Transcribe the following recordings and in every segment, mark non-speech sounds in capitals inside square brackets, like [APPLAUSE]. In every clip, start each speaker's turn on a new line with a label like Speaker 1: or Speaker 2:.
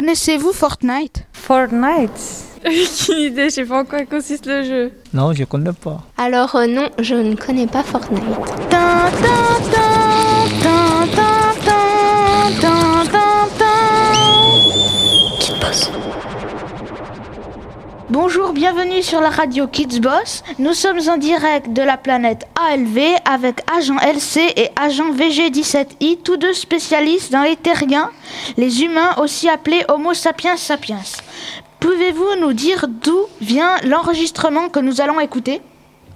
Speaker 1: Connaissez-vous Fortnite
Speaker 2: Fortnite
Speaker 3: Aucune idée, je sais pas en quoi consiste le jeu.
Speaker 4: Non, je connais pas.
Speaker 5: Alors euh, non, je ne connais pas Fortnite.
Speaker 1: Tin, tin, tin, tin, tin, tin, tin, tin, tin.
Speaker 5: Qui bosse
Speaker 1: Bonjour, bienvenue sur la radio Kids Boss. Nous sommes en direct de la planète ALV avec agent LC et agent VG17I, tous deux spécialistes dans les terriens, les humains aussi appelés Homo sapiens sapiens. Pouvez-vous nous dire d'où vient l'enregistrement que nous allons écouter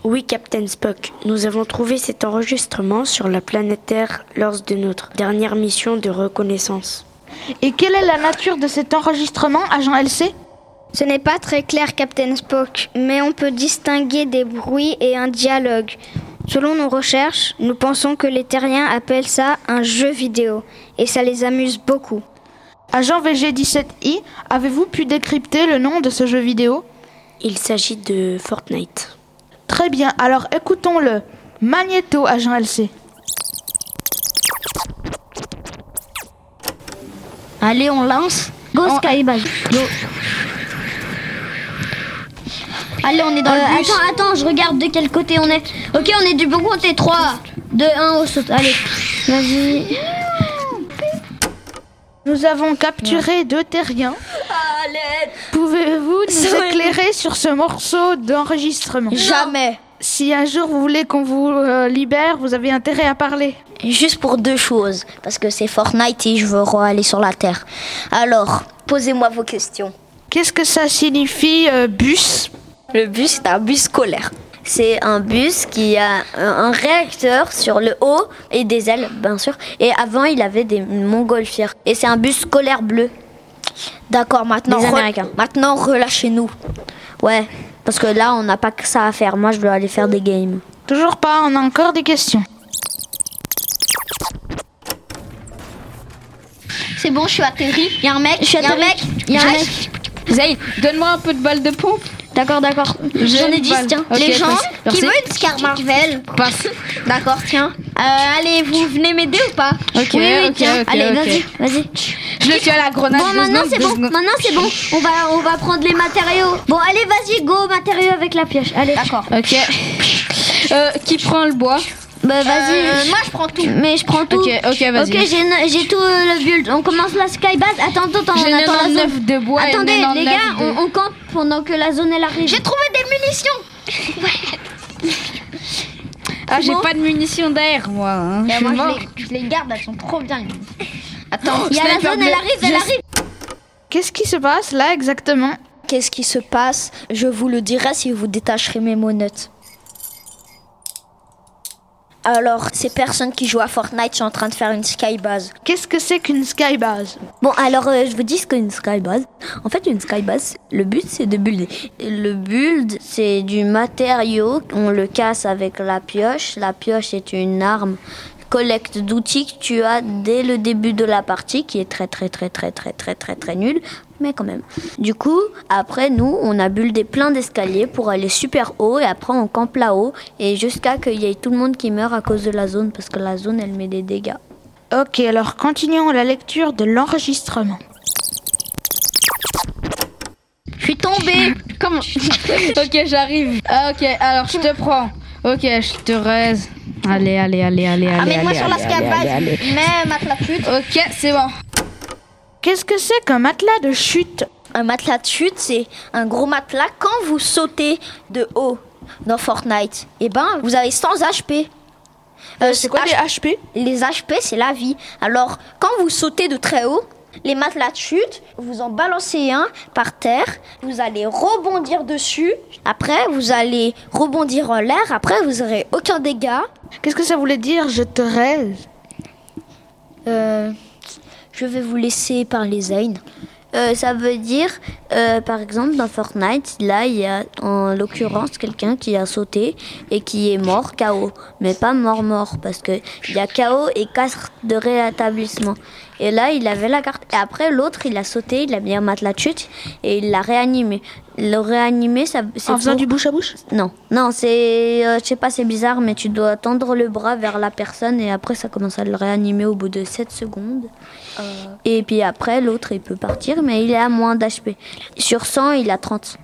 Speaker 6: Oui, Captain Spock, nous avons trouvé cet enregistrement sur la planète Terre lors de notre dernière mission de reconnaissance.
Speaker 1: Et quelle est la nature de cet enregistrement, agent LC
Speaker 7: Ce n'est pas très clair, Captain Spock, mais on peut distinguer des bruits et un dialogue. Selon nos recherches, nous pensons que les terriens appellent ça un jeu vidéo, et ça les amuse beaucoup.
Speaker 1: Agent VG17I, avez-vous pu décrypter le nom de ce jeu vidéo
Speaker 6: Il s'agit de Fortnite.
Speaker 1: Très bien, alors écoutons-le. Magneto, agent LC.
Speaker 8: Allez, on lance. Go Skyball. Allez, on est dans le bus.
Speaker 9: Euh, Attends, attends, je regarde de quel côté on est. Ok, on est du bon côté. 3, 2, 1, au saut. Allez, vas-y.
Speaker 1: Nous avons capturé deux terriens. Pouvez-vous nous éclairer sur ce morceau d'enregistrement
Speaker 8: Jamais.
Speaker 1: Si un jour vous voulez qu'on vous euh, libère, vous avez intérêt à parler.
Speaker 9: Juste pour deux choses, parce que c'est Fortnite et je veux aller sur la Terre. Alors, posez-moi vos questions.
Speaker 1: Qu'est-ce que ça signifie euh, bus
Speaker 9: Le bus, c'est un bus scolaire. C'est un bus qui a euh, un un réacteur sur le haut et des ailes, bien sûr. Et avant, il avait des montgolfières. Et c'est un bus scolaire bleu. D'accord, maintenant.
Speaker 8: Des
Speaker 9: re-
Speaker 8: Américains.
Speaker 9: Maintenant, relâchez-nous. Ouais, parce que là, on n'a pas que ça à faire. Moi, je dois aller faire des games.
Speaker 1: Toujours pas, on a encore des questions.
Speaker 9: C'est bon, je suis atterri. Il y a un mec, je suis atterri. Il y a un mec.
Speaker 2: Zayn, donne-moi un peu de balle de pompe.
Speaker 9: D'accord, d'accord. J'en ai
Speaker 2: une
Speaker 9: 10,
Speaker 2: balle.
Speaker 9: tiens.
Speaker 2: Ok,
Speaker 9: Les gens
Speaker 2: passe.
Speaker 9: qui
Speaker 2: Merci.
Speaker 9: veulent une Scar Marvel.
Speaker 2: Passe.
Speaker 9: D'accord, tiens. Euh, allez, vous venez m'aider ou pas
Speaker 2: Ok,
Speaker 9: Oui, oui,
Speaker 2: ok,
Speaker 9: tiens.
Speaker 2: ok,
Speaker 9: allez,
Speaker 2: ok.
Speaker 9: vas-y, vas-y.
Speaker 2: Je le tue à la grenade.
Speaker 9: Bon,
Speaker 2: deux
Speaker 9: maintenant
Speaker 2: secondes,
Speaker 9: c'est
Speaker 2: deux
Speaker 9: bon.
Speaker 2: secondes.
Speaker 9: Maintenant c'est bon. On va, on va prendre les matériaux. Bon, allez, vas-y, go matériaux avec la pioche. Allez. D'accord.
Speaker 2: Ok. Euh, qui prend le bois Euh,
Speaker 9: Bah vas-y. moi je prends tout. Mais je prends tout.
Speaker 2: Ok, ok, vas-y.
Speaker 9: Ok, j'ai une- j'ai tout euh, le build. On commence la skybase. Attends, attends, attends,
Speaker 2: J'ai
Speaker 9: on attend la zone.
Speaker 2: 99 de bois et
Speaker 9: Attendez, les
Speaker 2: 99
Speaker 9: gars,
Speaker 2: de-
Speaker 9: on, on campe pendant que la zone elle arrive. J'ai trouvé des munitions.
Speaker 2: Ah, j'ai
Speaker 9: bon.
Speaker 2: pas de munitions d'air, moi. hein. Je suis mort.
Speaker 9: je les garde, elles sont trop bien. Attends, il y a la
Speaker 2: sniper
Speaker 9: zone,
Speaker 2: bleu.
Speaker 9: elle arrive, elle
Speaker 2: Je-
Speaker 9: arrive.
Speaker 1: Qu'est-ce qui se passe là exactement
Speaker 8: Qu'est-ce qui se passe Je vous le dirai si vous détacherez mes monettes.
Speaker 9: Alors, ces personnes qui jouent à Fortnite sont en train de faire une skybase.
Speaker 1: Qu'est-ce que c'est qu'une skybase
Speaker 9: Bon, alors euh, je vous dis ce qu'est une skybase. En fait, une skybase, le but c'est de builder. Le build, c'est du matériau, on le casse avec la pioche. La pioche est une arme collecte d'outils que tu as dès le début de la partie qui est très très très très très très très très nul mais quand même du coup après nous on a buildé plein d'escaliers pour aller super haut et après on campe là-haut et jusqu'à qu'il y ait tout le monde qui meurt à cause de la zone parce que la zone elle met des dégâts
Speaker 1: Ok, alors continuons la lecture de l'enregistrement.
Speaker 8: Je suis tombé.
Speaker 2: Comment Ok, j'arrive. Ah, ok, alors je te prends. Ok, je te raise. Allez, allez, allez, allez, allez.
Speaker 8: Amène-moi
Speaker 2: allez,
Speaker 8: sur la
Speaker 2: allez, allez,
Speaker 8: scapade.
Speaker 2: allez,
Speaker 8: Mets ma clapute.
Speaker 2: allez. Ok, c'est bon.
Speaker 1: Qu'est-ce que c'est qu'un matelas de chute
Speaker 9: Un matelas de chute, c'est un gros matelas quand vous sautez de haut dans Fortnite. Et ben, vous avez 100 HP. Euh, H-
Speaker 1: HP
Speaker 9: Les HP, c'est la vie. Alors, quand vous sautez de très haut, les matelas de chute, vous en balancez un par terre, vous allez rebondir dessus, après vous allez rebondir en l'air, après vous aurez aucun dégât.
Speaker 1: Qu'est-ce que ça voulait dire je te rêve
Speaker 9: Euh, je vais vous laisser parler Zayn. ça veut dire, euh, par exemple, dans Fortnite, là, il y a en l'occurrence quelqu'un qui a sauté et qui est mort KO. Mais pas mort-mort, parce qu'il y a KO et carte de rétablissement. Et là, il avait la carte. Et après, l'autre, il a sauté, il a mis un matelas de chute et il l'a réanimé. Le réanimer, ça. c'est
Speaker 1: En faisant
Speaker 9: pour-
Speaker 1: du bouche à bouche
Speaker 9: Non, non, c'est. euh, je sais pas, c'est bizarre, mais tu dois tendre le bras vers la personne et après, ça commence à le réanimer au bout de 7 secondes. Et puis après, l'autre, il peut partir, mais il est à moins d'HP. Sur 100, il a 30.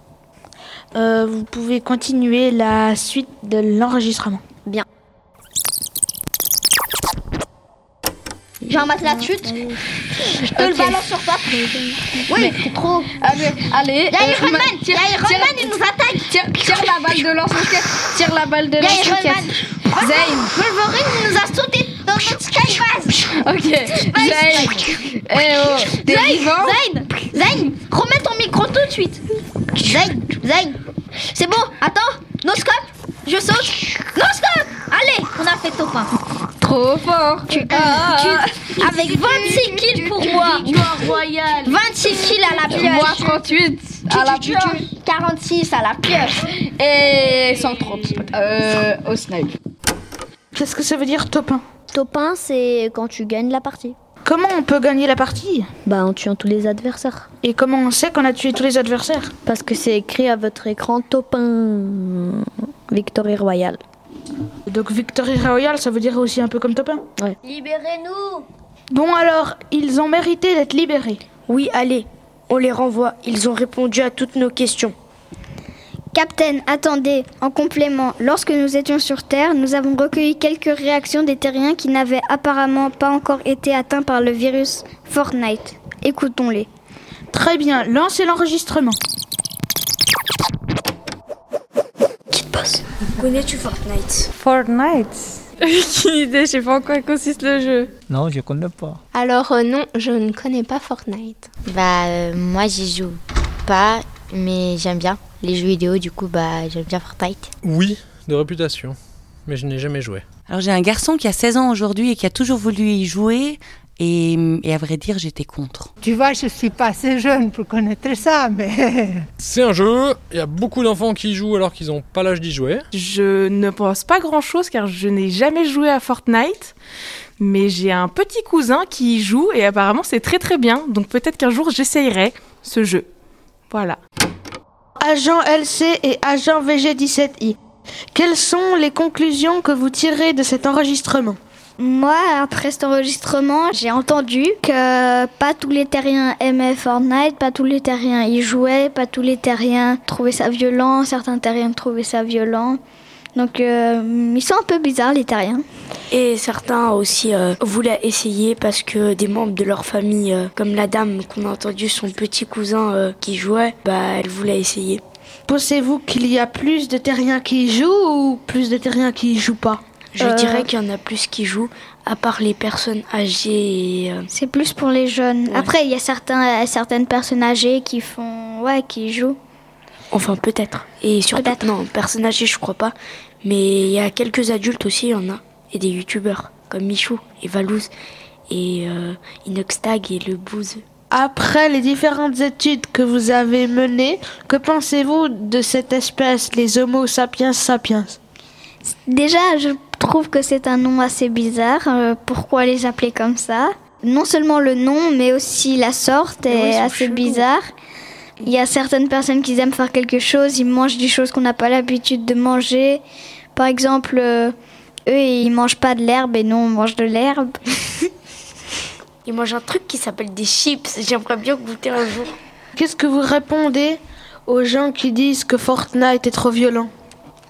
Speaker 1: Euh, Vous pouvez continuer la suite de l'enregistrement.
Speaker 8: J'ai un matelas de chute. Je te le balance sur toi. Oui, c'est trop.
Speaker 2: Allez, allez. euh,
Speaker 8: L'Iron Man,
Speaker 2: tire,
Speaker 8: l'Iron
Speaker 2: tire-
Speaker 8: Man, il nous attaque.
Speaker 2: tire- tire la balle de lance roquette. Tire la balle de lance
Speaker 8: L'Iron Man.
Speaker 2: roquette. Zayn.
Speaker 8: Wolverine, il nous a sauté dans notre skybase.
Speaker 2: Ok. Zayn. Eh oh. T'es vivant
Speaker 8: Zayn, Zayn, remets ton micro tout de suite. Zayn, Zayn. C'est bon, attends. No scope, je saute. No scope. Allez, on a fait top 1.
Speaker 2: Trop fort. Ah.
Speaker 8: Avec 26 kills pour moi.
Speaker 2: Victoire royale.
Speaker 8: 26 kills à la
Speaker 2: Moi
Speaker 8: pioche.
Speaker 2: 38 à la
Speaker 8: Tu, tu,
Speaker 2: pioche.
Speaker 8: tu, 46 à la pioche.
Speaker 2: Et 130 euh, au snipe.
Speaker 1: Qu'est-ce que ça veut dire top 1
Speaker 9: Top 1, c'est quand tu gagnes la partie.
Speaker 1: Comment on peut gagner la partie
Speaker 9: Bah, en tuant tous les adversaires.
Speaker 1: Et comment on sait qu'on a tué tous les adversaires
Speaker 9: Parce que c'est écrit à votre écran top 1. Victory Royale.
Speaker 1: Donc Victory Royale, ça veut dire aussi un peu comme top 1
Speaker 9: Libérez-nous
Speaker 1: Bon alors, ils ont mérité d'être libérés.
Speaker 6: Oui, allez, on les renvoie. Ils ont répondu à toutes nos questions.
Speaker 7: Captain, attendez, en complément, lorsque nous étions sur Terre, nous avons recueilli quelques réactions des terriens qui n'avaient apparemment pas encore été atteints par le virus Fortnite. Écoutons-les.
Speaker 1: Très bien, lancez l'enregistrement.
Speaker 6: Connais-tu Fortnite
Speaker 3: Fortnite [LAUGHS] Aucune idée, je sais pas en quoi consiste le jeu.
Speaker 4: Non, je connais pas.
Speaker 5: Alors euh, non, je ne connais pas Fortnite.
Speaker 10: Bah, euh, moi, j'y joue pas, mais j'aime bien les jeux vidéo, du coup, bah, j'aime bien Fortnite.
Speaker 4: Oui, de réputation, mais je n'ai jamais joué.
Speaker 10: Alors, j'ai un garçon qui a 16 ans aujourd'hui et qui a toujours voulu y jouer, et, à vrai dire, j'étais contre.
Speaker 11: Tu vois, je suis pas assez jeune pour connaître ça, mais
Speaker 4: C'est un jeu, il y a beaucoup d'enfants qui y jouent alors qu'ils n'ont pas l'âge d'y jouer.
Speaker 3: Je ne pense pas grand-chose car je n'ai jamais joué à Fortnite, mais j'ai un petit cousin qui y joue et apparemment c'est très très bien, donc peut-être qu'un jour j'essayerai ce jeu. Voilà.
Speaker 1: Agent LC et agent VG17I. Quelles sont les conclusions que vous tirez de cet enregistrement
Speaker 7: Moi, après cet enregistrement, j'ai entendu que pas tous les terriens aimaient Fortnite, pas tous les terriens y jouaient, pas tous les terriens trouvaient ça violent, certains terriens trouvaient ça violent. Donc, euh, ils sont un peu bizarres, les terriens.
Speaker 6: Et certains aussi euh, voulaient essayer parce que des membres de leur famille, euh, comme la dame qu'on a entendu, son petit cousin euh, qui jouait, bah elle voulait essayer.
Speaker 1: Pensez-vous qu'il y a plus de terriens qui y jouent ou plus de terriens qui y jouent pas
Speaker 6: Je
Speaker 7: Euh.
Speaker 6: dirais qu'il y en a plus qui jouent, à part les personnes âgées et, euh,
Speaker 7: C'est plus pour les jeunes.
Speaker 6: Ouais.
Speaker 7: Après, il y a certains, euh, certaines personnes âgées qui font, ouais, qui jouent.
Speaker 6: enfin peut-être. Et surtout,
Speaker 7: Peut-être.
Speaker 6: non, personnes âgées je crois pas, mais il y a quelques adultes aussi, il y en a, et des youtubeurs, comme Michou et Valouz et euh, Inoxtag et le Bouze.
Speaker 1: Après les différentes études que vous avez menées, que pensez-vous de cette espèce, les Homo sapiens sapiens
Speaker 7: Déjà, je trouve que c'est un nom assez bizarre. euh, pourquoi les appeler comme ça Non seulement le nom, mais aussi la sorte
Speaker 3: oui, ils
Speaker 7: est
Speaker 3: sont
Speaker 7: assez
Speaker 3: chelous.
Speaker 7: bizarre. Il y a certaines personnes qui aiment faire quelque chose, ils mangent des choses qu'on n'a pas l'habitude de manger. Par exemple, euh, eux, ils mangent pas de l'herbe et nous, on mange de l'herbe.
Speaker 6: Ils mangent un truc qui s'appelle des chips, j'aimerais bien goûter un jour.
Speaker 1: Qu'est-ce que vous répondez aux gens qui disent que Fortnite est trop violent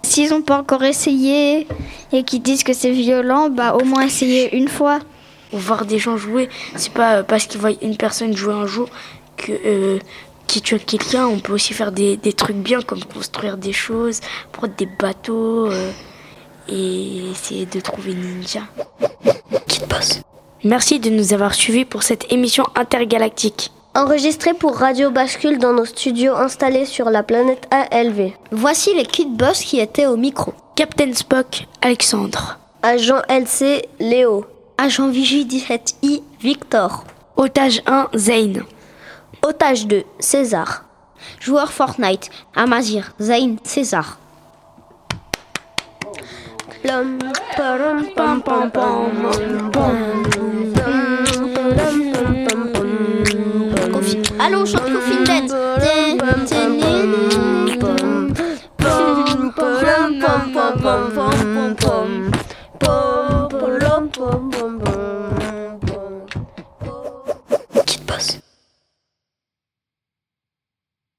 Speaker 7: S'ils n'ont pas encore essayé et qu'ils disent que c'est violent, bah au moins essayez une fois.
Speaker 6: ou voir des gens jouer. C'est pas euh, parce qu'ils voient une personne jouer un jour que euh, qui tue quelqu'un. On peut aussi faire des, des trucs bien comme construire des choses, prendre des bateaux euh, et essayer de trouver ninja. Qui boss Merci de nous avoir suivis pour cette émission intergalactique.
Speaker 9: Enregistré pour Radio Bascule dans nos studios installés sur la planète ALV. Voici les Kid Boss qui étaient au micro.
Speaker 6: Captain Spock, Alexandre.
Speaker 9: Agent LC Léo. Agent Vigie 17I Victor.
Speaker 6: Otage 1, Zane.
Speaker 9: Otage 2 César. Joueur Fortnite Amazir Zayn César. Plum, parum, pam, pam, pam, pam, pam. Plum, Allô, champion Finland.